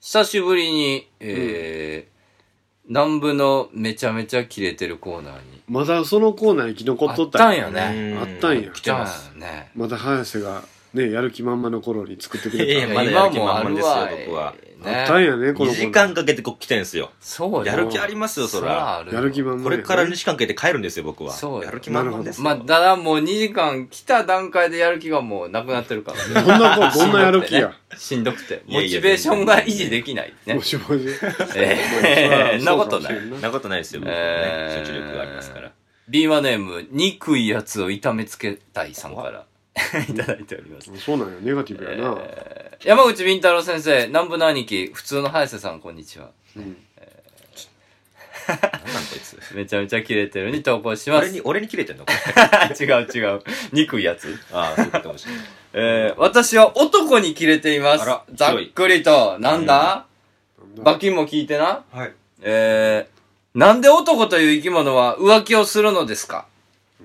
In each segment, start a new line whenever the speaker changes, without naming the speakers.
久しぶりに、えー南部のめちゃめちゃ切れてるコーナーに
まだそのコーナー生き残っとった
あったんやね
あったんや
来
来
て
て
ま
ます
す。ね。
また早瀬がねやる気満々の頃に作ってくれた、
いやいやまだやる気満々ですよ
今もあるわ
僕
ね
あったんやねこのコー
2
ナー
時間かけてこう来てんですよ。
そう
やる気ありますよ、そら。
やる気満々
こ
やね
れから2時間かけて帰るんですよ、僕は。
そう
やる気満々ですよ。
まあ、ただもう2時間来た段階でやる気がもうなくなってるからね、
どんな子どんなやる気や、
しんどくて。
いや
モ
いや
チベーションが維持できない。ね
も。しもし
えー、そん
そ
な
うそう
ことない。
そんなことないですよ、僕は
え
ね。
ー
集中力がありますから。
B1 ネーム、憎いやつを痛めつけたいさんから いただいております。
そうなんやネガティブやな、
えー山口敏太郎先生、南部の兄貴、普通の早瀬さん、こんにちは。
うん
なんなんこ いつ。
めちゃめちゃキレてるに投稿しま
俺
す。
に、俺に切れてんのこれ
違う違う。憎いやつ。
ああ、そういうことかもしれない。
えー、私は男にキレています
あら。
ざっくりと。なんだ、
なんだ
罰金も聞いてな。
はい。
えー、なんで男という生き物は浮気をするのですか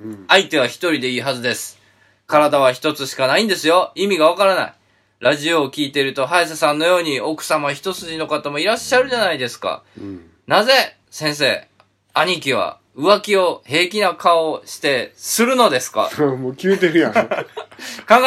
うん
相手は一人でいいはずです。体は一つしかないんですよ。意味がわからない。ラジオを聞いていると、早瀬さんのように奥様一筋の方もいらっしゃるじゃないですか。
うん
なぜ、先生、兄貴は浮気を平気な顔をしてするのですか
もう消えてるやん。
考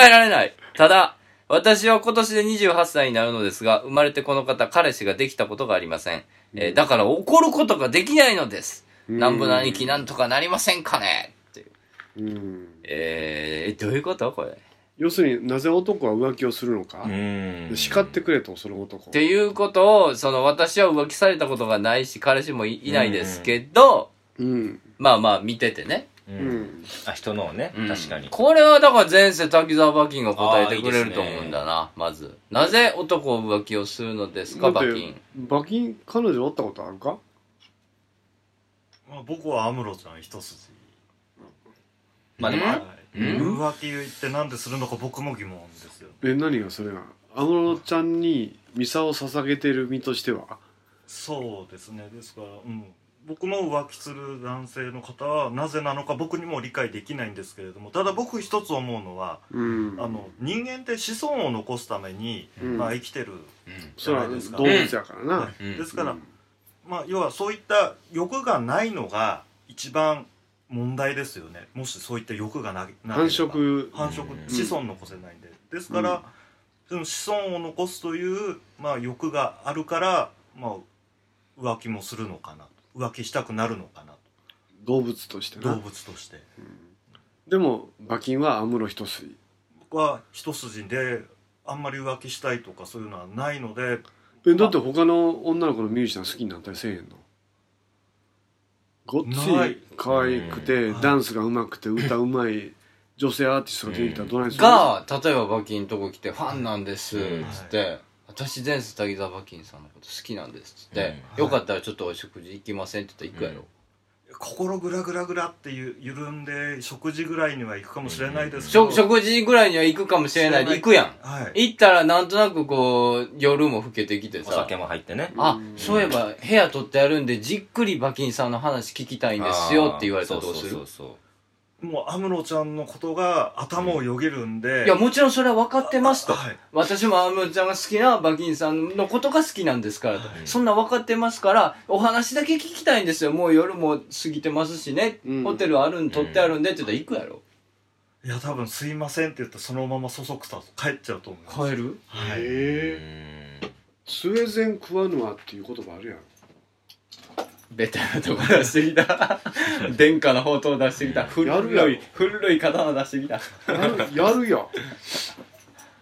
えられない。ただ、私は今年で28歳になるのですが、生まれてこの方、彼氏ができたことがありません。えーだから怒ることができないのです。
うん
南部の兄貴 なんとかなりませんかねっていう。
うん
えー、どういうことこれ。っ
要するになぜ男は浮気をするのか
う、ーん。
叱ってくれとその男
ていうことを、その私は浮気されたことがないし、彼氏もいいないですけど、
うん
まあまあ見ててね。
う。
うんん
あ、人のをね、
うん
確かに。
これはだから前世滝沢馬琴が答えてくれる
あーいいですね
と思うんだな、まず。なぜ男を浮気をするのですか、
だ
馬
って
琴。
馬琴彼女おったことあるか
まあ、僕はアムロちゃん一筋、
まあでも、
うん
あ
はい、
うん
浮気ってなんでするのか僕も疑問ですよ
え何がそれが安室ちゃんにミサを捧げてる身としては
そうですねですから、うん、僕も浮気する男性の方はなぜなのか僕にも理解できないんですけれどもただ僕一つ思うのは、
うん
あの人間って子孫を残すために、
うん
まあ、生きてる
それは動物やからな、
はい
うん
ですから、まあ、要はそういった欲がないのが一番問題ですよねもしそういった欲がななければ
繁殖
繁殖
うん
子孫残せないんで、ですから、
うん
その子孫を残すという、まあ、欲があるから、まあ、浮気もするのかな浮気したくなるのかな
動物として
動
な
物として
でも馬琴は安室一筋
僕は一筋であんまり浮気したいとかそういうのはないので
えだって他の女の子のミュージシャン好きになったりせえへんのごっつ
ない
い可愛くて
うん
ダンスがうまくて歌うまい女性アーティストが出てきたらどないする
が、例えば馬琴のとこ来て、ファンなんです、
うん
つって、私前世滝沢馬琴さんのこと好きなんです、つって、
うん
よかったらちょっとお食事行きませんって言ったら行くやろ。
心ぐらぐらぐらってゆ緩んで食事ぐらいには行くかもしれないですけど、
食食事ぐらいには行くかもしれないで行くやん。
はい
行ったらなんとなくこう、夜も更けてきて
お
さ
酒、も入ってね。
あ、そういえば部屋取ってあるんで、じっくり馬琴さんの話聞きたいんですよって言われたらどうする
そうそうそう
もう安室ちゃんのことが頭をよぎるんで、
いや、もちろんそれは分かってますと。
はい
私もアムロちゃんが好きな馬琴さんのことが好きなんですからと、そんな分かってますからお話だけ聞きたいんですよもう夜も過ぎてますしね、
うん
ホテルあるん取ってあるんでって言ったら行くやろ
いや多分「すいません」って言ったらそのままそそくさと帰っちゃうと思います、
帰る
はい
そう。う
え
ーん
ー、スウェーデン・クワヌアっていう言葉あるやん
ベタなとこ出してきた殿下の宝刀出してきた古
やるやろ
い古い刀出してきた
やる やるやん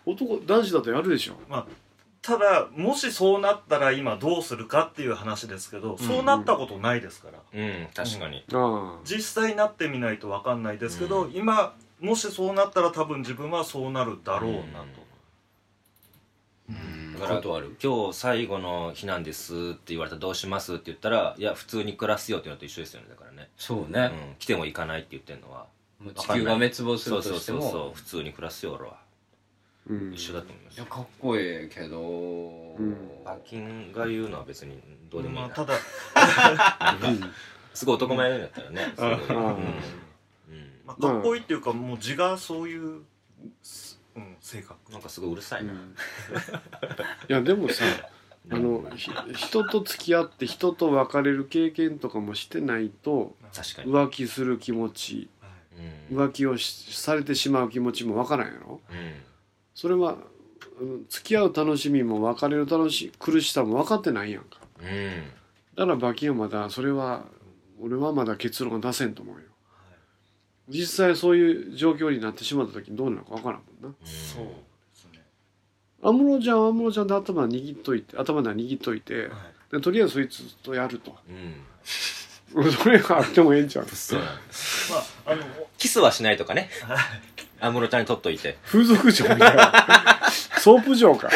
男男子だとやるでしょ
まあ、ただもしそうなったら今どうするかっていう話ですけど、そうなったことないですから
うん、確かに。
ああ
実際なってみないと分かんないですけど、今もしそうなったら多分自分はそうなるだろうな
だから
断る
今日最後の日なんですって言われたらどうしますって言ったら、いや、普通に暮らすよっていうのと一緒ですよね、だからね。
そう
う
ね、
ん、来ても行かないって言ってんのは。
もう地球が滅亡す
そ
る
うそ
と
う
して
そう
も
そう、普通に暮らすよ、俺は。
うん
一緒だと思います
いや。かっこええけど、
ん
馬琴が言うのは別にど
と、
うでもい
ま
い
あ、
な。
ただ
すごい男前だったらね。すごい
ああ
うんうん
まあ、かっこいいっていうかもう字がそういう、すうん、性格
なんかすごいうるさいな。
いやでもさあのひ人と付き合って人と別れる経験とかもしてないと
確かに、
浮気する気持ち
うん
浮気をしされてしまう気持ちもわからんやろ
うん
それはうん付き合う楽しみも別れる楽し苦しさも分かってないやんか
うん
だから馬琴はまだそれは俺はまだ結論が出せんと思うよ実際そういう状況になってしまった時にどうなるか分からんもんな
そうですね
安室ちゃんは安室ちゃんで頭握っといて頭で握っといて
はい
でとりあえずそいつとやると
うん
それがあってもええんちゃう
そうなんです
まああの
キスはしないとかね安室ちゃんに取っといて
風俗嬢みたいな ソープ嬢か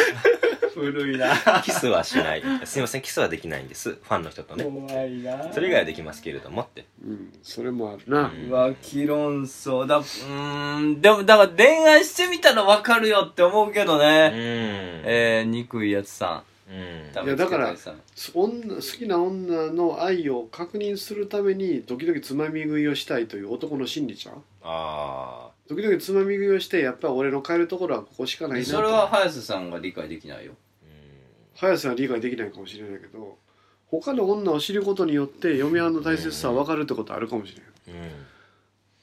古いな
キスはしないすいませんキスはできないんですファンの人とね
怖いな
それ以外はできますけれどもって
うんそれもあるな
うん
浮気論争だ
うーん、でも、だから恋愛してみたらわかるよって思うけど
うん
ね。えー、憎いやつさ
うん
ん。
いやだか
食
ら
べつけたやつさん
女好きな女の愛を確認するために時々つまみ食いをしたいという男の心理じゃん
あ
時々つまみ食いをしてやっぱり俺の帰るところはここしかないなと
それは早瀬さんが理解できないよ。
ーう
早瀬は理解できないかもしれないけど他の女を知ることによって嫁はんの大切さは分かるってことあるかもしれん
んうん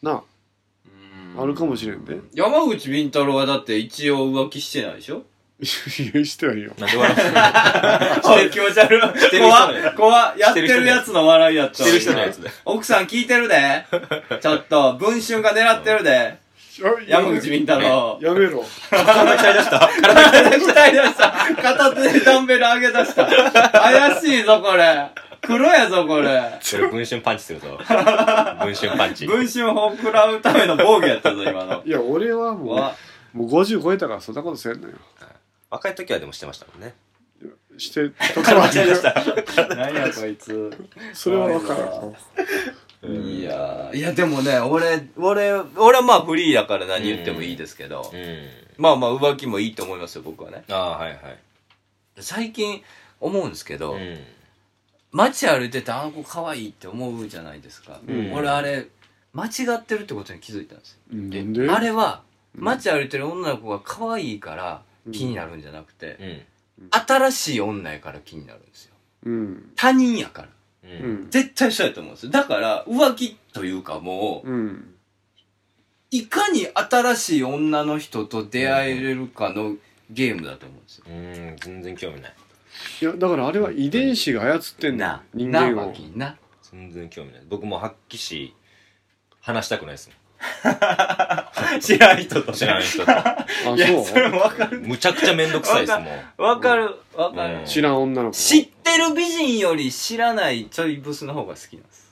な
う
ああるかもしれんで い
山口敏太郎はだって一応浮気してないでしょ
やしてはいいよ
なんで笑う
おい気持ち悪
て
い。
る人
怖
のや
っ、怖っ。やって
してる人
る
のや
やつの笑いやった
し
わ。
てる人のやつで
奥さん聞いてるで。ちょっと、文春が狙ってるで。
や
山口敏太郎。
やめろ
体鍛え出した。片手でダンベル上げ出した。怪しいぞ、これ。黒やぞ、これ。
それ文春パンチするぞ文春パンチ
文春を食らうための防御やったぞ、今の。
いや俺はも
わ
うもう50超えたからそんなことせんのよ
若い時はでもしてましたもんね
してるところは
何や、こいつ。
それは分からん
いやーいや、でもね、俺、俺、俺はまあフリーだから何言ってもいいですけど
う。ん
まあまあ浮気もいいと思いますよ、僕はね。
ああはいはい
最近思うんですけど、
うん
街歩いててあの子可愛いって思うじゃないですか、
ん
俺あれ間違ってるってことに気づいたんですよ
うんなんで
あれは街歩いてる女の子が可愛いから気になるんじゃなくて、
うん
新しい女やから気になるんですよ
うん
他人やから
う
うんん
絶対そうやと思うんですよだから浮気というかもう
うん
いかに新しい女の人と出会えれるかのゲームだと思うんですよ
うん全然興味ない
いやだからあれは遺伝子が操ってんだよ
な
人
な
間
わ
を
けな
全然興味ない僕もう発揮し話したくないです
知らん人と
もん知らん人と
あそう
わかる
むちゃくちゃめんどくさいですもん
わかるわかる、
うん
知らん女の子
知ってる美人より知らないちょいブスの方が好きなんです。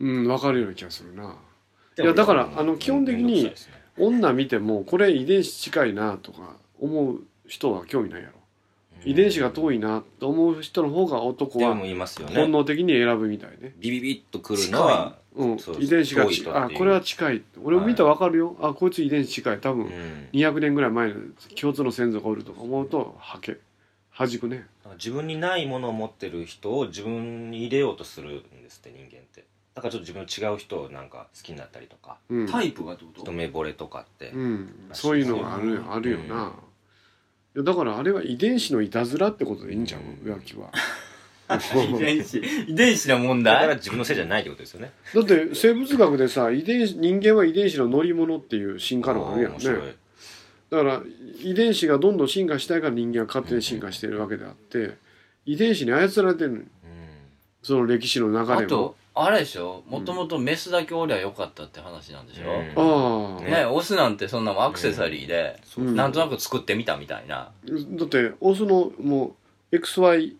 うん分かるような気がするないやだからあの基本的
めんど
に
くさいですね
女見てもこれ遺伝子近いなとか思う人は興味ないやろ遺伝子が遠いなと思う人の方が男
で
は
も言いますよ
本
ね
能的に選ぶみたいね
ビビビッとくるのは
うん
そう
遺伝子が
遠い
ち
人っ
あ
ていう
これは近い俺も見たら分かるよあこいつ遺伝子近い多
う
分
ん
200年ぐらい前の共通の先祖がおるとか思うとはけはじくね
自分にないものを持ってる人を自分に入れようとするんですって人間ってだからちょっと自分の違う人をなんか好きになったりとか
うん
タイプがってこと
一目惚れとかって、
うん、そういうのがあるよあるよ
うん
な、いやだからあれは遺伝子のいたずらってことでいいんじゃん
うん
浮気 は
遺伝子。遺伝子の問
だか
題
ら自分のせいじゃないってことですよね
だって生物学でさ遺伝子人間は遺伝子の乗り物っていう進化論あるやん
面
ね
白い
だから遺伝子がどんどん進化したいから人間は勝手に進化しているわけであって遺伝子に操られてるその歴史の流
あ
れも
と、あれでしょもともとメスだけおりゃよかったって話なんでしょ、
う
あ
ん
あ、
ね
ね、オスなんてそんなもんアクセサリーで、
うん
なんとなく作ってみたみたいな。
だってオスのもう XY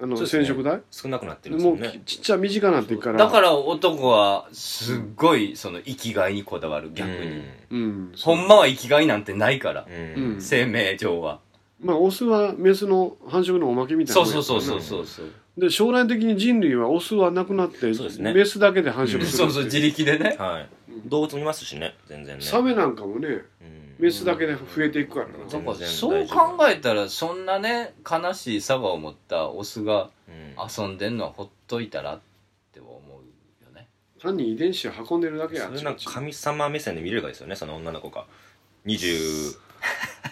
あの
そうですね
染色体
少なくなってるんです
もう
よね
きちっちゃ短なっていくから
だから男は、すっごい、その、生きがいにこだわる、逆に。
うん
ほんまは生きがいなんてないから
う、ん、
うん
生命上は。
まあオスはメスの繁殖のおまけみたいな
そ
も
うん
や
そうそう
から
そう
な
そうそう。
で将来的に人類はオスはなくなって、
そうですね
メスだけで繁殖するってい
そうそう、自力でね。
はい動物もいますしね全然ね
サメなんかもね
うん
メスだけで増えていくからな
だ
全
から
然
そう考えたらそんなね悲しいサバを持ったオスが
うん
遊んでんのはほっといたらって思うよね
単に遺伝子を運んでるだけや
それなんか神様目線で見れるかですよねその女の子が20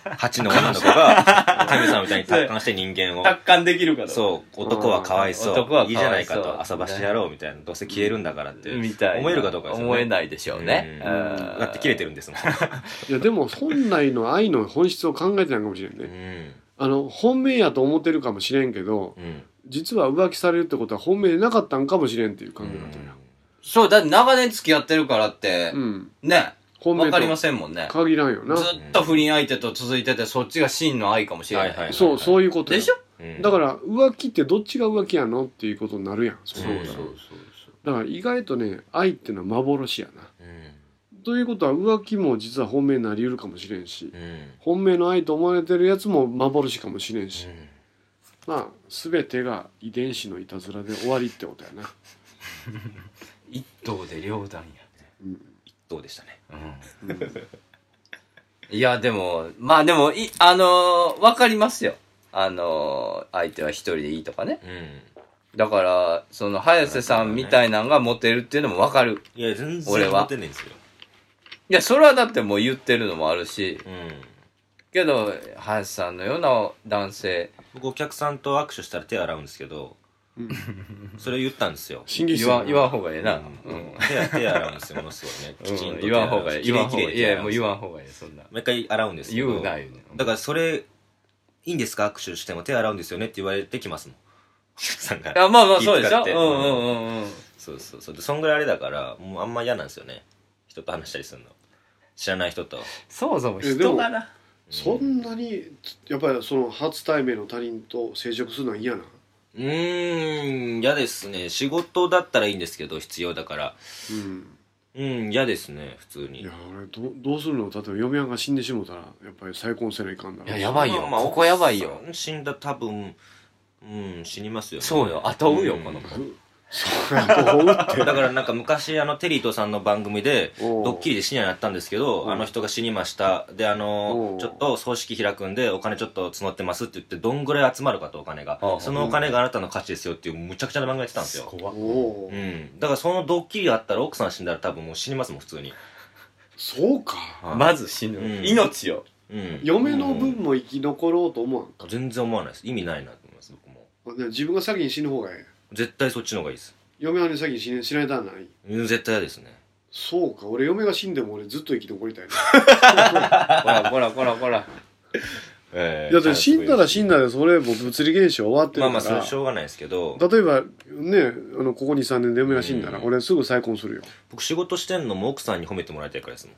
8の女の子が、タミさんみたいに達観して人間を。
達観できるかどうか
そう、男はかわいそう。
男はかわいそう
いいじゃないかと、遊ばしてやろうみたいな。どうせ消えるんだからって。
みたいな
思えるかどうかですよね
思えないでしょうね。
うんだって切れてるんですもん。
いやでも本来の愛の本質を考えてないかもしれん
う
ね、
ん。
あの本命やと思ってるかもしれんけど
うん。
実は浮気されるってことは本命でなかったんかもしれんっていう考え方や
そう、だって長年付き合ってるからって
う、ん
ね、
本
わ
命
かりま
と
せんもんね。
限らんよ
ず
な
っと不倫相手と続いてて、そっちが真の愛かもしれない。
はいはい
そうそういうことや
でしょ
うん
だから浮気ってどっちが浮気やのっていうことになるやんそうう
そ
なると
そう
だから意外とね愛っていうのは幻やな
う
ということは浮気も実は本命になり得るかもしれんし
ん。うん。
本命の愛と思われてるやつも幻かもしれんし、まあ全てが遺伝子のいたずらで終わりってことやな
一頭で両断や。
どうでしたね。
いや、でも、まあでも、い、あのーわかりますよ。あのー相手は一人でいいとかね。
うん。
だから、その、早瀬さんみたいなんがモテるっていうのもわかる。
いや、全然
俺は
モテないんですよ。
いや、それはだってもう言ってるのもあるし、
うん。
けど、早瀬さんのような男性、
僕お客さんと握手したら手洗うんですけど、
うん
それを言ったんですよ。
審議室
言わん、言わん方がええな。うん。うん
手は手洗うんですよ、ものすごいね。きちんと手
言わん方が
洗
え
う
え。
んです
言わん方がええ。いや、もう言
ん。
わん方がええ、そんな。
毎回洗うんですけど。
言うな、言うな。
だからそれ、いいんですか握手しても手洗うんですよねって言われてきますもん。 お客さんから。
あまあまあ、そうでしょ。う
気遣
ん
って
うんうんうん。
そうそうそう。でそんぐらいあれだから、もうあんま嫌なんですよね。人と話したりするの。知らない人と。
そもそも
えで
人
も
がな。
そんなにやっぱりその初対面の他人と成熟するのは嫌な
うーん、嫌ですね。仕事だったらいいんですけど、必要だから。
うん
うん、嫌ですね、普通
い
に
や。あれどうどうするの例えば嫁はんが死んでしもうたらやっぱり再婚せないかんだ
い
ろ
や、
う
やばいよ。
まあまあ
ここやばいよ。。
死んだ、多分、うん、死にますよ、
そうよ。後追うよ、この
子
子。
そうやと思うって
だからなんか昔あのテリーとさんの番組で
おう
ドッキリで深夜やったんですけ
うん
どあの人が死にましたであ
お
の
う
ちょっと葬式開くんでお金ちょっと募ってますって言ってどんぐらい集まるかとお金が
ああ
そのお金があなたの価値ですよっていうむちゃくちゃな番組やってたんですよ
怖
おお
う
ー
んだからそのドッキリがあったら奥さん死んだら多分もう死にますもん普通に
そうか
はい
まず死ぬ。
うん
命を。
うん
嫁の分も生き残ろうと思わん
うん全然思わないです意味ないなと思います僕も
あでも自分が先に死ぬ方がええ
絶対そっちの方がいいです
嫁はんに先に死ね死ないたらない
うん絶対嫌ですね
そうか俺嫁が死んでも俺ずっと生き残りたいな
ほら、ほら、ほら、ほら。
え
いやだって死んだら死んだらそれもう物理現象終わってる
ま
か
あ
ら、
まあそれしょうがないですけど
例えばねあのここ23年で嫁が死んだら
うん
俺すぐ再婚するよ
僕仕事してんのも奥さんに褒めてもらいたいからですもん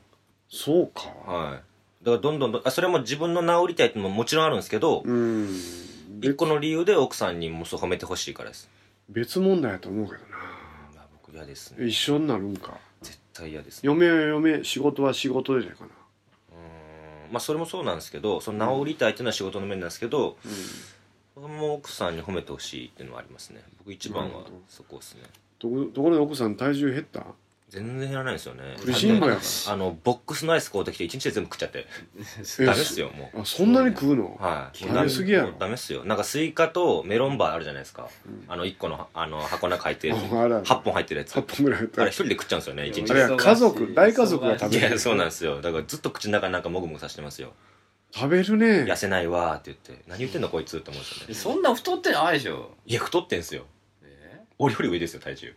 そうか
はい。だからどんどんどんあ、それも自分の治りたいっていうのももちろんあるんですけど、
うんべ
一個の理由で奥さんにもそう褒めてほしいからです。
別問題やと思うけど
うんまあ僕嫌です
な
ね。
一緒になるんか
絶対嫌ですね。
嫁は嫁仕事は仕事でじゃないかな
うんまあそれもそうなんですけど、その治りたいっていうのは仕事の面なんですけど、それも奥さんに褒めてほしいっていうのはありますね。僕一番は
なるほど
そこですね。
とこところで奥さん体重減った
全然減らないんですよね。
食いしん坊やか
あの、ボックスのアイス買うてきて一日で全部食っちゃって。
え
ダメっすよ、もう。
らあそんなに食うの、
はい。
食べ過ぎやろ
もうダメっすよ。なんかスイカとメロンバーあるじゃないですか。
ん
あの、一個の、あの、箱の中入ってるや つ。
あら
8本入ってるやつ
8本ぐらい減っ
あ
た
れ一人で食っちゃうんですよね一
あ
日
れは家族大家族が食
い
べ
や
る
そうなんですよだからずっと口の中なんかもぐもぐさせてますよ
食べるね
痩せないわーって言って何言ってんのこいつって思うんですよね
そんな太ってないでしょ。
いや太ってんすよ
え
俺より上ですよ体重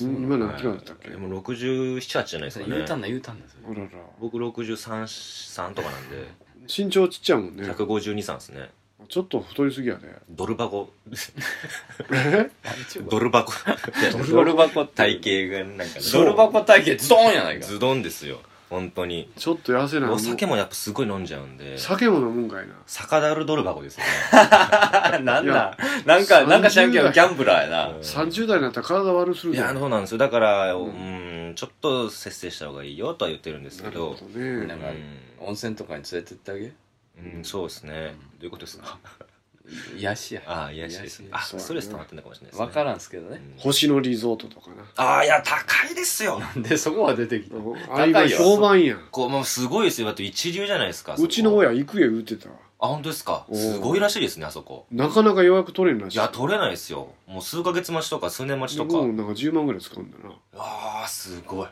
うん今何キロだったっけ
でも678じゃないです
それ
か
言うたん
ね
だ、言うたんだ、そ
あ
れ。
らら
僕633とかなんで
身長ちっちゃいもんね
1523ですね
ちょっと太りすぎやで
ドル箱
え
ドル箱
ドル箱って
体型がなんかね
ドル箱体型ズドンやないか。
ズドンですよ本当に
ちょっと痩せない
お酒もやっぱすごい飲んじゃうんで
酒も飲むんかいな
酒だるドル箱ですよね
なん
いや
だなんか、なんか知らんけど、
30
ギャンブラーやな。
30代になったら体悪する
い
で
やそうなんですよだからうんちょっと節制した方がいいよとは言ってるんです
な
け
るほ
ど
ど
な
ね
る
うん
温泉とかに連れてってあげ
うんそうですねどういうことですか
癒しや。
ああ癒やしですねあ
そうだね
ストレス溜まってんのかもしれないですね
わからんすけどね。
うん
星野リゾートとかな
ああいや高いですよ
で、そこは出てきた。
あれが評判やん
こうもうすごいですよだって一流じゃないですか
うちの
や
親行くよ言うてたわ
あ本当ですか
おー
すごいらしいですねあそこ
なかなか予約取れんらし
い
い
や取れないですよもう数ヶ月待ちとか数年待ちとか
もうなんか10万ぐらい使うんだな
ああすごい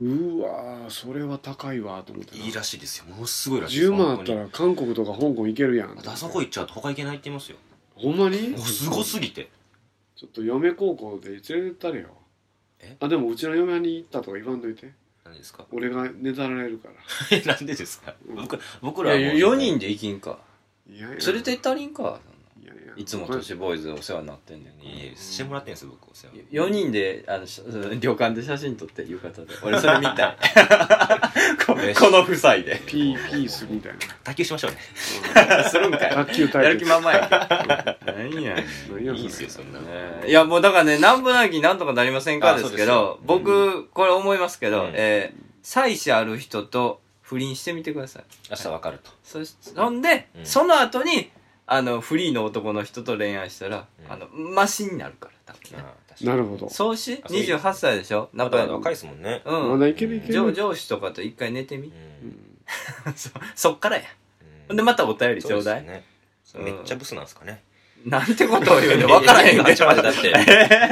うわーそれは高いわと思ってない
いらしいですよものすごいらしいです
10万あった
本
ら韓国とか香港行けるやん
当にあそこ行っちゃうと他行けないって言いますよ
ほんまに
もうすごすぎて
ちょっと嫁高校で連れてったれよ
え
あでもうちの嫁に行ったとか言わんといて
何ですか
俺がねだられるから
なんでですか僕僕
い
ら
や
はも
4
う
人で行きんか
いやいや
連れて行ったりんか
いやいや
いつも都市ボーイズお世話になってんの
いやい
に
やしてもらってんですよ僕お世話
4人であのし旅館で写真撮って浴衣で俺それ見たいここの夫妻で
ピーピースみたいな
卓球しましょうね
するんかい
卓 球
や
対
る気
決
満々や けど何やねん
何やそれ
いいですよそんな
ねいや、もうだからね、なんぼなきなんとかなりませんか
あ
ですけ
そ
ど、僕、これ思いますけど、
うん
えー、妻子ある人と不倫してみてください。
明日わかると
そし、そんで、
うん
その後に、あの、フリーの男の人と恋愛したら、
うん
あの、マシになるから、多分ね。
なるほど
そうし、
あそういう
28歳でしょな
ま
んか、
だ若いですもんね
ま
う
だ
ん。
いけるいけ
上
る
上司とかと一回寝てみ
う。
うんん
そそっからや。ほ
う
ん
ん
で、またお便りち
そう
ょう
です
だい。
ねそれ
うん
めっちゃブスなんですかね
なんてことを言うの分からへん
いや
け
いやちょ
ど
っ。と待ってだっ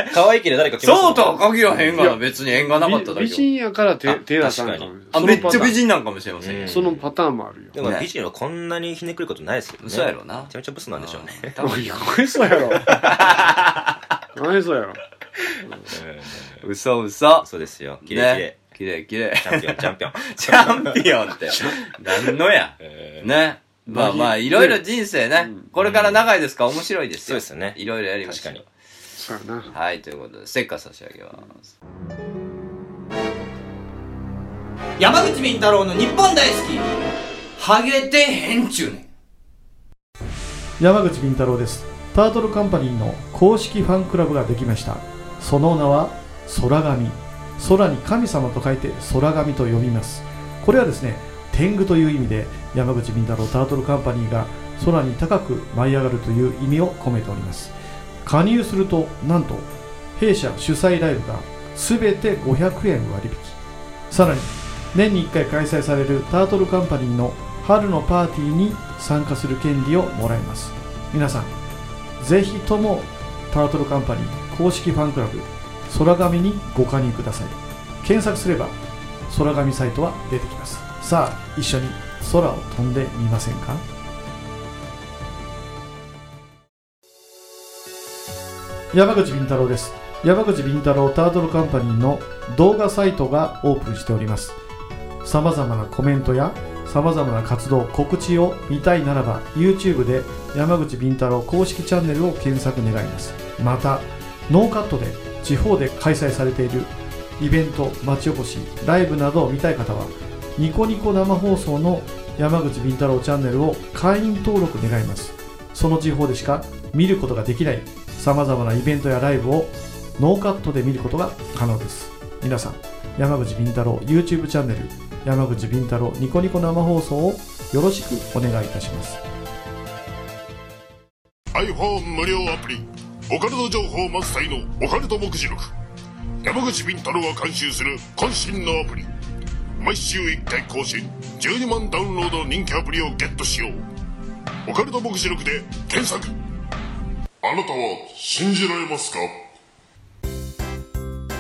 て 可愛いけど誰か来ますもん
そうとは限らへんが
い
な、
や
別に縁がなかっただけ
美美
よ
人やから手
あ
手出さん
確か
あ、
その
めっ
パ
ち
タ
ゃ
ーン
美人なんかもしれませんよ
うん。
そのパターンもあるよ
でも美人はこんなにひねくることないですけどね
嘘やろな
めちゃめちゃブスなんでしょうね
多分
いやこれそうやろ何そうやろ
嘘嘘。
そうですよ綺麗綺麗
ね。きれいきれい。
チャンピオンチャンピオン
チャンピオンって。なんのや。
えー
ね。まあまあ、いろいろ人生ね。これから長いですから面白いですよ。
そうですよね
いろいろやりましょう
確か
そうやな
はい、ということで、せっか差し上げます。
山口み太郎の日本大好き
ハゲてへんちゅうねん。
山口敏太郎ですタートルカンパニーの公式ファンクラブができましたその名は空神空に神様と書いて空神と呼びますこれはですね天狗という意味で山口敏太郎タートルカンパニーが空に高く舞い上がるという意味を込めております加入するとなんと弊社主催ライブが全て500円割引さらに年に1回開催されるタートルカンパニーの春のパーティーに参加する権利をもらえます皆さんぜひともタートルカンパニー公式ファンクラブ空紙にご加入ください検索すれば空紙サイトは出てきますさあ一緒に空を飛んでみませんか山口敏太郎です山口敏太郎タートルカンパニーの動画サイトがオープンしておりますさまざまなコメントやさまざまな活動告知を見たいならば YouTube で山口敏太郎公式チャンネルを検索願いますまたノーカットで地方で開催されているイベント町おこしライブなどを見たい方はニコニコ生放送の山口敏太郎チャンネルを会員登録願いますその地方でしか見ることができないさまざまなイベントやライブをノーカットで見ることが可能です皆さん山口敏太郎 YouTube チャンネル山口敏太郎ニコニコ生放送をよろしくお願いいたします
iPhone 無料アプリオカルト情報満載のオカルト目次録山口敏太郎が監修する渾身のアプリ毎週1回更新12万ダウンロードの人気アプリをゲットしようオカルト目次録で検索あなたは信じられますか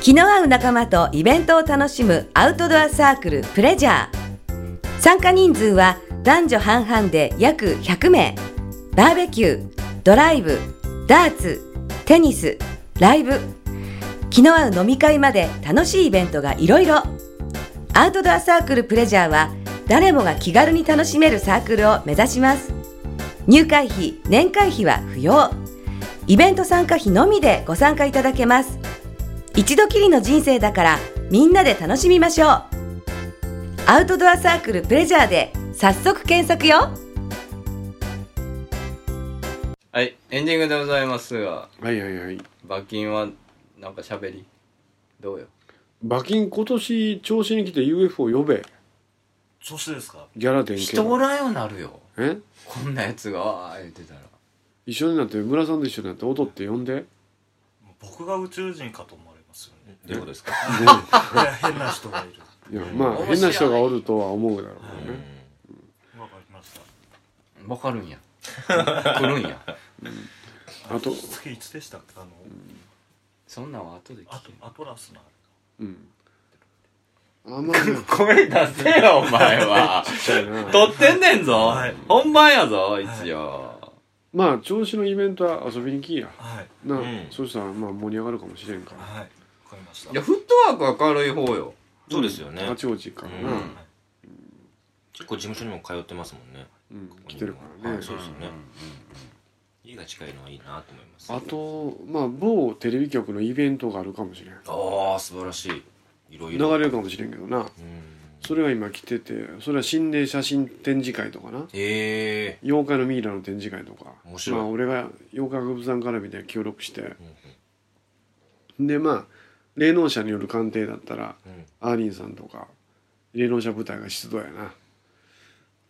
気の合う仲間とイベントを楽しむアウトドアサークルプレジャー参加人数は男女半々で約100名バーベキュードライブダーツテニスライブ気の合う飲み会まで楽しいイベントがいろいろアウトドアサークルプレジャーは誰もが気軽に楽しめるサークルを目指します入会費年会費は不要イベント参加費のみでご参加いただけます一度きりの人生だからみんなで楽しみましょうアウトドアサークルプレジャーで早速検索よ
はい、エンディングでございますが、
はいはいはい
罰金は、なんか喋りどうよ。
馬金今年調子に来て UFO 呼べ
そしてですか
ギャラでんけ
人おらんようなるよ。
え
こんなやつが、ああ、言ってたら。
一緒になって村さんと一緒になって踊って呼んで、ね
僕が宇宙人かと思われますよね
どういうことですか
いや変な人がいる
いやまあ
面白い
変な人がおるとは思うだろうけどね
わかりました
わかるんや。 来るんや。
あと
次いつでしたっけあの
そんなんは後で聞
ア
け
トアトラスのあれ
うんあんまりない
声出せよ、お前は。 撮ってんねんぞ
はい。
本番やぞ、一応。
まあ調子のイベントは遊びに来いや
はい
な、
うん
そうしたらまあ盛り上がるかもしれんから
はいわかりました
いや、フットワークは軽い方よ。
そうですよね
八王子からな、
うん結構事務所にも通ってますもんね
うん来てるからね
はいそうですよね家が近いのはいいなと思います
あとまあ某テレビ局のイベントがあるかもしれん
ああ素晴らしいいろい
流
ろ
れるかもしれんけどな
うん
それが今来ててそれは心霊写真展示会とかな
へえ
妖怪のミイラの展示会とか
面白い
まあ、俺が妖怪博物館絡みで協力して、でまあ霊能者による鑑定だったら、
ん
アーリンさんとか霊能者部隊が出動やな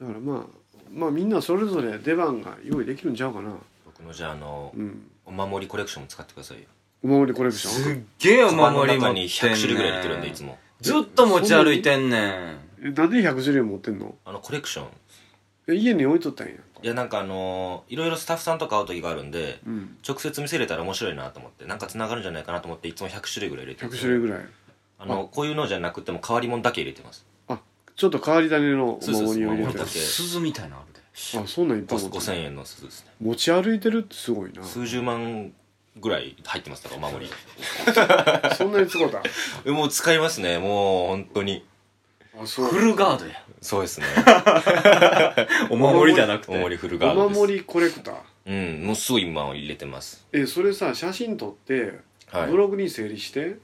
だからまあまあみんなそれぞれ出番が用意できるんちゃうかな
僕のじゃああの
うん
お守りコレクションも使ってくださいよ
お守りコレクション
ゲー
お
お守り
の
持
中
ってん
に100
ね
種類ぐらい入れてるんでいつも
ずっと持ち歩いてんねん。
えなんで100種類持ってんの
あのコレクション
え家に置いとったんや
いやなんかあのーいろいろスタッフさんとか会う時があるんで、
うん
直接見せれたら面白いなと思ってなんか繋がるんじゃないかなと思っていつも100種類ぐらい入れてるんで
100
すよ
種類ぐらい
あのこういうのじゃなくても変わりもんだけ入れてます
あちょっと変わり種のお
そうそうそう
守りを入れて
守り
鈴みたいなのあるで。
あそんなんいっぱい持ってる
5000円の鈴ですね
持ち歩いてるってすごいな
数十万ぐらい入ってますだからお守り
そんなに使うた
えもう使いますねもう本当に
あそう
フルガードや。
そうです ね
お守りじゃなく
お守り
て。
フルガード
お
です
守りコレクター
うんもうすごい今入れてます
えそれさ写真撮って
はい
ブログに整理して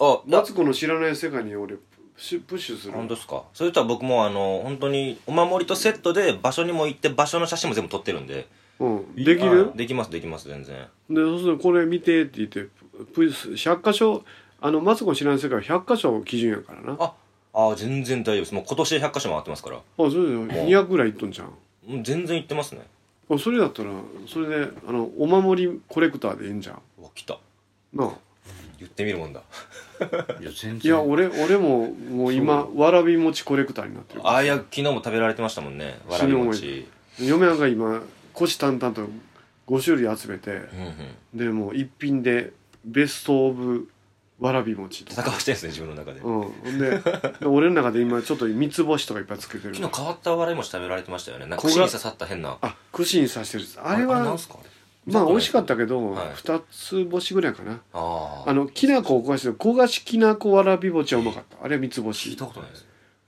あ
マツコの知らない世界に俺プッシュプッシュする
本当ですかそれとは僕もあの本当にお守りとセットで場所にも行って場所の写真も全部撮ってるんで
うんできる
はいできますできます全然
でそうするとこれ見てって言ってププッシュ100箇所あのマツコの知らない世界は100箇所基準やからなあ
ああー全然大丈夫ですもう今年で100箇所回ってますから
そうですよ200ぐらいいっとんじゃん
もう全然行ってますね
あそれだったらそれであのお守りコレクターでいいんじゃん
うわ来た
なあ
言ってみるもんだ
いや、全
いや俺俺ももう今わらび餅コレクターになってる
ああいや昨日も食べられてましたもんねわらび餅
嫁はんが今虎視眈々と5種類集めて
うんうん
でもう一品でベスト・オブ・わらび餅と
戦わしてるんですね自分の中で、
うんほんで で俺の中で今ちょっと三つ星とかいっぱいつけてる
昨日変わったわらび餅食べられてましたよねなんか
これ
串
が
に刺さった変な
あ串に刺してるあれ
あれな
は
んすかあれ
まあ美味しかったけど、
はい
二つ星ぐらいかな
あ
あ
あ
のきな粉を焦がしてる焦がしきな粉わらび餅はうまかったあれは三つ
聞い
星
たことないです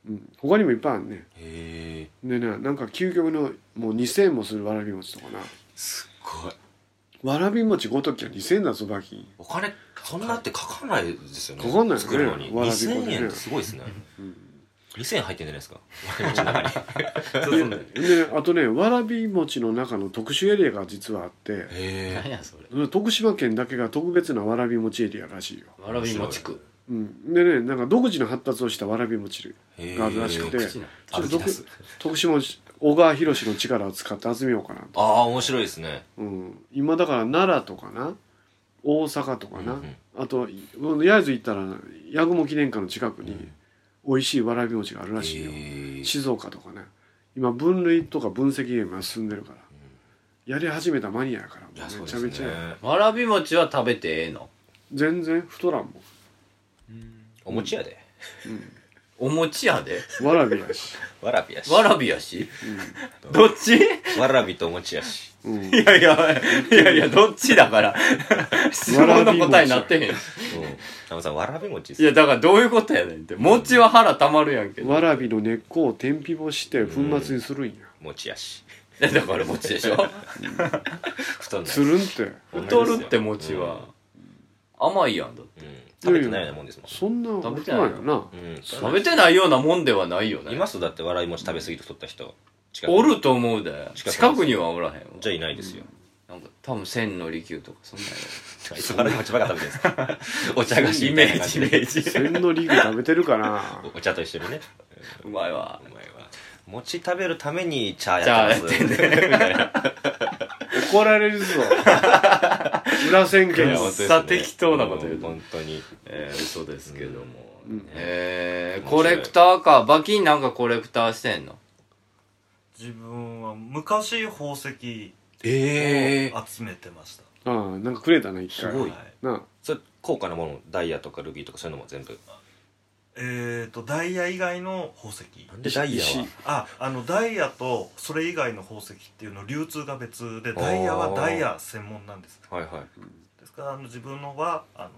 うん、他にもいっぱいあるね
へえ
でねなんか究極のもう2000円もするわらび餅とかな
すっごい
わらび餅ごときは2000円だぞバキ
お金そんなってかからないですよね
かかんないよね
作るのに
わらび粉でね
2000円ってすごいですね、2000円入ってんじゃないですかわらび餅の中に
然。
であとねわらび餅の中の特殊エリアが実はあって
へ
何やそれ。
それ徳島県だけが特別なわらび餅エリアらしいよ、
わらび餅区。
うん、でねなんか独自の発達をしたわらび餅
え
があるらしくて、
口な
ちょっと
歩き出す
徳徳島小川博の力を使って集めようかなと、
ああ面白いですね
うん、今だから奈良とかな大阪とかな、
うんうん
あとうん焼津行ったら八雲記念館の近くに美味しいわらび餅があるらしいよ、
へえ
静岡とかね今分類とか分析が今進んでるから、やり始めたマニアやからも
いや
う
そう
め
で
ちゃ
す
め
ね
ちゃや、
わらび餅は食べてええの。
全然太らんもん
お餅やで
お餅やで。
わらびやし。
わらびやし
わらびやし。どっち
わらびとお餅やし
うん。
いやいや、いやいや、どっちだから。質問の答えになってへん。
うんタモさんわらび餅っす
いや、だからどういうことやねんって。餅は腹たまるやんけど。
わらびの根っこを天日干して粉末にするんや。
餅やし
いやだから餅でしょ。
太んない
つるんって。
太るって餅は。甘いやんだって。
うん食べてないようなもんですもん
そんな
食べ
太
て
ら
ない
んよな。
うん
食べてないようなもんではないよ
い
ね。
ますだって笑い餅食べ過ぎて太った人近くに
おると思うで。
近くに
近くにはおらへんわ。
じゃあいないですよ
なんか、多分千の利休とか、そんな
あいつわらび餅ばっか食べてるんですか お茶
や
菓
つ。
子
イ
みた
メ
いな
ー
感
ジ、イ
じ
メー
で
ジ。
千のリーグ食べてるかな。
お茶と一緒にね
うまいわ。
お前は餅食べるために茶
じゃあ、
や
や
っ
ってて
ます
ん ね。
怒られる ぞ。裏宣
い
言
や
で
本
す。
当さ適当なこと言うと
本当に
えー、嘘ですけども。
ん
えー、
面
コ
白い
レクターか。バキンなんかコレクターしてんの
自分は昔宝石
え
を集めてました、
ああ、なんかくれたな、一回。
すごい
はい
なあ
それ高価なものダイヤとかルビーとかそういうのも全部
えっ、とダイヤ以外の宝石
なんでダイヤは
石
ああのダイヤとそれ以外の宝石っていうの流通が別でダイヤはダイヤ専門なんです
はいはい
ですからあの自分のはあの、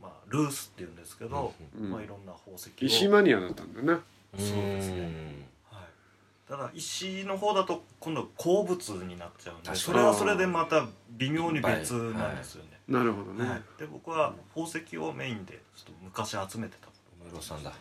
まあ、ルースっていうんですけど、
うん
まあ、いろんな宝石を
石マニアだったんだよな
そうですねはい、ただ石の方だと今度鉱物になっちゃうん
確か
で
に
それはそれでまた微妙に別なんですよね、
なるほどね、
はいで僕は宝石をメインでちょっと昔集めてた
梅ロさんだ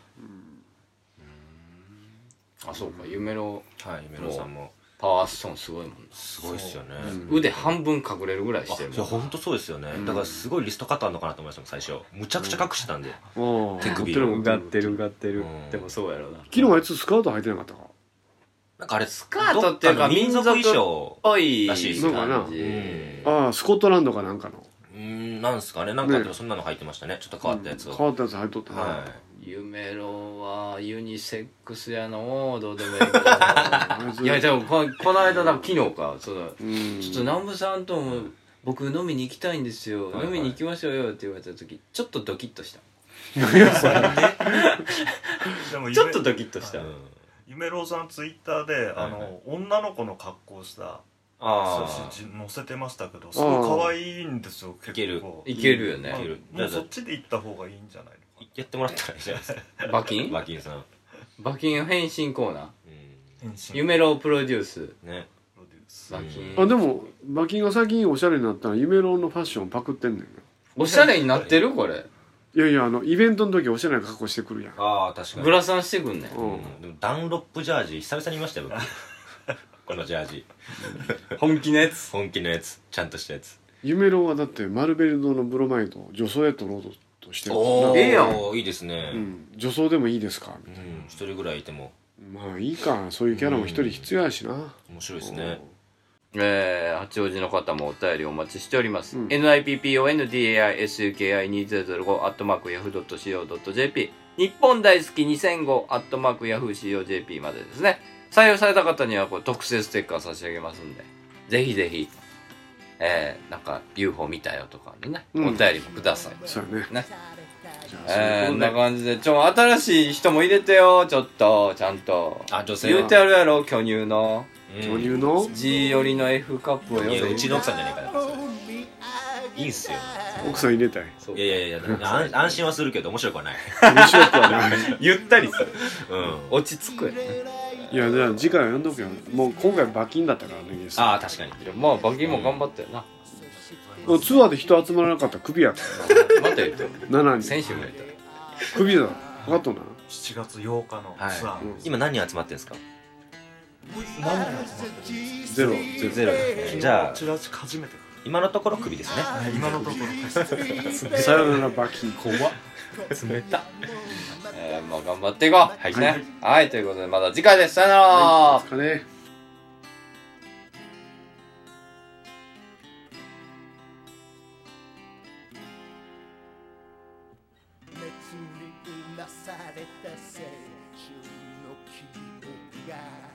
あ、そうか、夢の
はい梅ロさんも
パワーストーンすごいもんな。
すごいっすよね
腕半分隠れるぐらい
あ
してる
いや
もん。
本当そうですよね、だからすごいリストカットあるのかなと思いましたもん最初むちゃくちゃ隠してたんで、
おー
手首
持る
も
持
うがってるうがってる
うん。
でもそうやろうな。
昨日あいつスカート履いてなかったか
なんかあれ
スカートっていうか
どっの民族衣装
ぽい
ら
感
しいっ
じ。
す
なんかな
うん
ああスコットランドかなんかの
うんなんすかねなんかあったら
ね
そんなの入ってましたねちょっと変わったやつを、
変わったやつ履いとったな、
は
夢郎はユニセックスやのどうでもいい
あ いつ
いやでもここの間だ昨日かその
うん
ちょっと南部さんとも僕飲みに行きたいんですよ、
はいはい
飲みに行きましょうよって言われた時ちょっとドキッとした
でも
ちょっとドキッとした、
いうん
夢郎さんツイッターで、
はいはい
あの女の子の格好した写
あ
真載せてましたけどすごい可愛いんですよ結構
い
い
ける
けるよね
まあ
いける
もうそっちで行った方がいいんじゃない
あやってもらったらいいじゃないですか
馬琴
バキンさん、
馬琴変身コーナー
う
のかな
夢郎プロデュース
ん、ね
プロデュース
馬琴、
あでも馬琴が最近おしゃれになったら夢ロンのファッションパクってんねんな
おしゃれになってるこれ
いやいやあのイベントの時おしゃれな格好してくるやん
ああ確かに
グラサンしてくんねん
うん
でもダンロップジャージ久々に見ましたよ僕 このジャージ
本気のやつ
本気のやつちゃんとしたやつ
夢ロンはだってマルベル堂のブロマイドを女装へ取ろうとしてる
ーええやん
いいですね
う、ん、女装でもいいですか
うん一人ぐらいいても
まあいいかそういうキャラも一人必要やしな、
面白いですね
えー、八王子の方もお便りお待ちしております。
うん
nippondai2005-yahoo.co.jp 日本大好き 2005-yahoo.co.jp までですね。採用された方にはこう特製ステッカー差し上げますんで、ぜひぜひ、えー、なんか UFO 見たよとかのね、
うん
お便りもください。
そうやね
ね
じゃあ
えー、こ
そうんいう
な
こ
感じで、ちょ、新しい人も入れてよ、ちょっと、ちゃんと。
あ女性は
言うてあるやろ、巨乳の。
とで巨乳の
G 寄りの F カップを
うんいや
よ
うちの奥さんじゃねえかなそれいいんすよ
奥さん入れたい
そう
いやいやいや 安安心はするけど面白くはない、
面白くはない
ゆったりする
うん、
落ち着くやね
いやじゃあ次回は呼んどくよもう今回馬琴だったからねゲスト
ああ確かに
いやまあバギーも頑張ったよな、
ツアーで人集まらなかったらクビやか
また言うと
ら7人
選手も言った
クビだ分かっとんな
7月8日のツアー、
い
今何人集まってるんですか
何人集まってる
ゼロ
ゼロですねじゃあ
チラシ初めて
今のところクビですね
今のところ
さよなら馬琴怖
冷たえー、まあ頑張っていこうはいねはいということでまた次回ですさよなら
っかね
うなされた青春の記憶が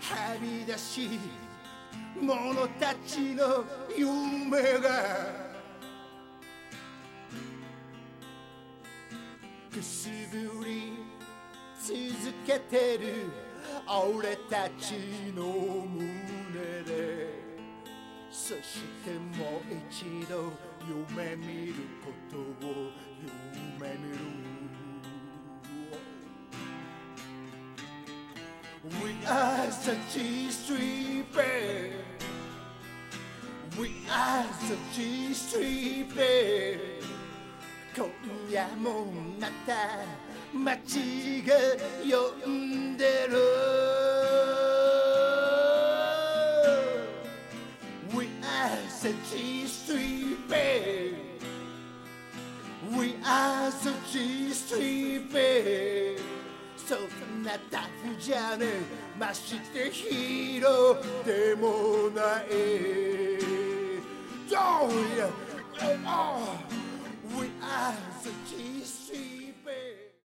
はみ出し者たちの夢がくすぶり続けてる俺たちの胸でそしてもう一度夢見ることを夢見る We are the G Street Band We are the G Street Band 今夜もまた街が呼んでる We are the G Street Band. We are the G Street Band. そんなタフじゃねえましてヒーローでもない Oh yeah! Oh, oh. We are the G